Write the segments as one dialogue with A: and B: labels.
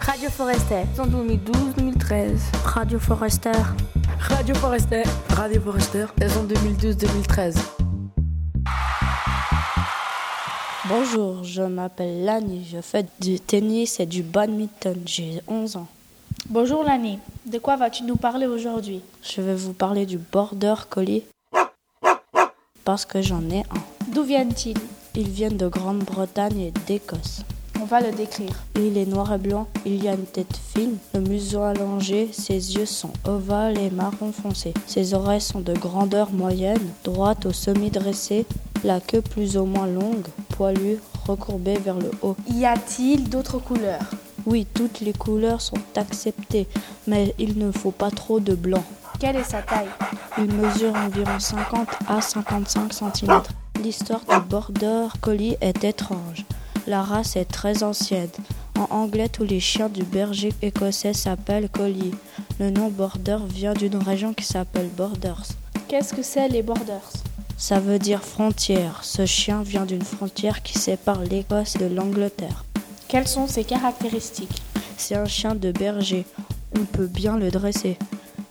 A: Radio Forester. En 2012-2013.
B: Radio Forester.
C: Radio Forester.
D: Radio Forester.
E: Saison 2012-2013.
B: Bonjour, je m'appelle Lani, je fais du tennis et du badminton, j'ai 11 ans.
F: Bonjour Lani, de quoi vas-tu nous parler aujourd'hui
B: Je vais vous parler du border collie parce que j'en ai un.
F: D'où viennent-ils
B: Ils viennent de Grande-Bretagne et d'Écosse.
F: On va le décrire.
B: Il est noir et blanc, il y a une tête fine, le museau allongé, ses yeux sont ovales et marron foncé. Ses oreilles sont de grandeur moyenne, droites au semi-dressé, la queue plus ou moins longue, poilue, recourbée vers le haut.
F: Y a-t-il d'autres couleurs
B: Oui, toutes les couleurs sont acceptées, mais il ne faut pas trop de blanc.
F: Quelle est sa taille
B: Il mesure environ 50 à 55 cm. L'histoire du border collie est étrange. La race est très ancienne. En anglais, tous les chiens du berger écossais s'appellent colliers. Le nom border vient d'une région qui s'appelle Borders.
F: Qu'est-ce que c'est les Borders
B: Ça veut dire frontière. Ce chien vient d'une frontière qui sépare l'Écosse de l'Angleterre.
F: Quelles sont ses caractéristiques
B: C'est un chien de berger. On peut bien le dresser.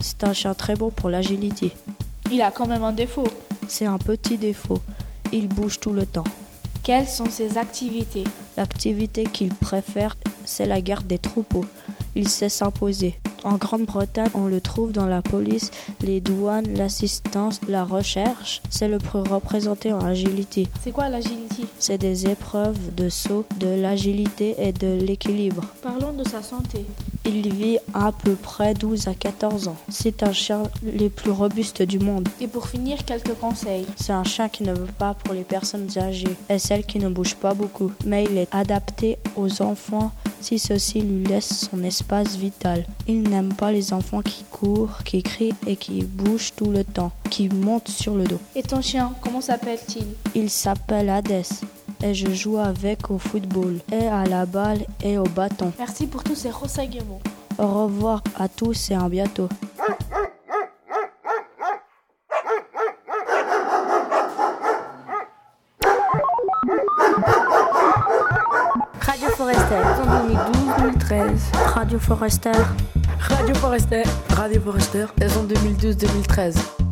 B: C'est un chien très bon pour l'agilité.
F: Il a quand même un défaut.
B: C'est un petit défaut. Il bouge tout le temps.
F: Quelles sont ses activités
B: L'activité qu'il préfère, c'est la garde des troupeaux. Il sait s'imposer. En Grande-Bretagne, on le trouve dans la police, les douanes, l'assistance, la recherche. C'est le plus représenté en agilité.
F: C'est quoi l'agilité
B: C'est des épreuves de saut, de l'agilité et de l'équilibre.
F: Parlons de sa santé.
B: Il vit à peu près 12 à 14 ans. C'est un chien les plus robustes du monde.
F: Et pour finir, quelques conseils.
B: C'est un chien qui ne veut pas pour les personnes âgées et celles qui ne bougent pas beaucoup. Mais il est adapté aux enfants si ceux-ci lui laissent son espace vital. Il n'aime pas les enfants qui courent, qui crient et qui bougent tout le temps, qui montent sur le dos.
F: Et ton chien, comment s'appelle-t-il
B: Il, s'appelle Hades et je joue avec au football et à la balle et au bâton.
F: Merci pour tous ces renseignements.
B: Au revoir à tous et à bientôt.
A: Radio Forester, en 2012-2013.
B: Radio Forester.
D: Radio Forester.
E: Radio Forester. Saison 2012-2013.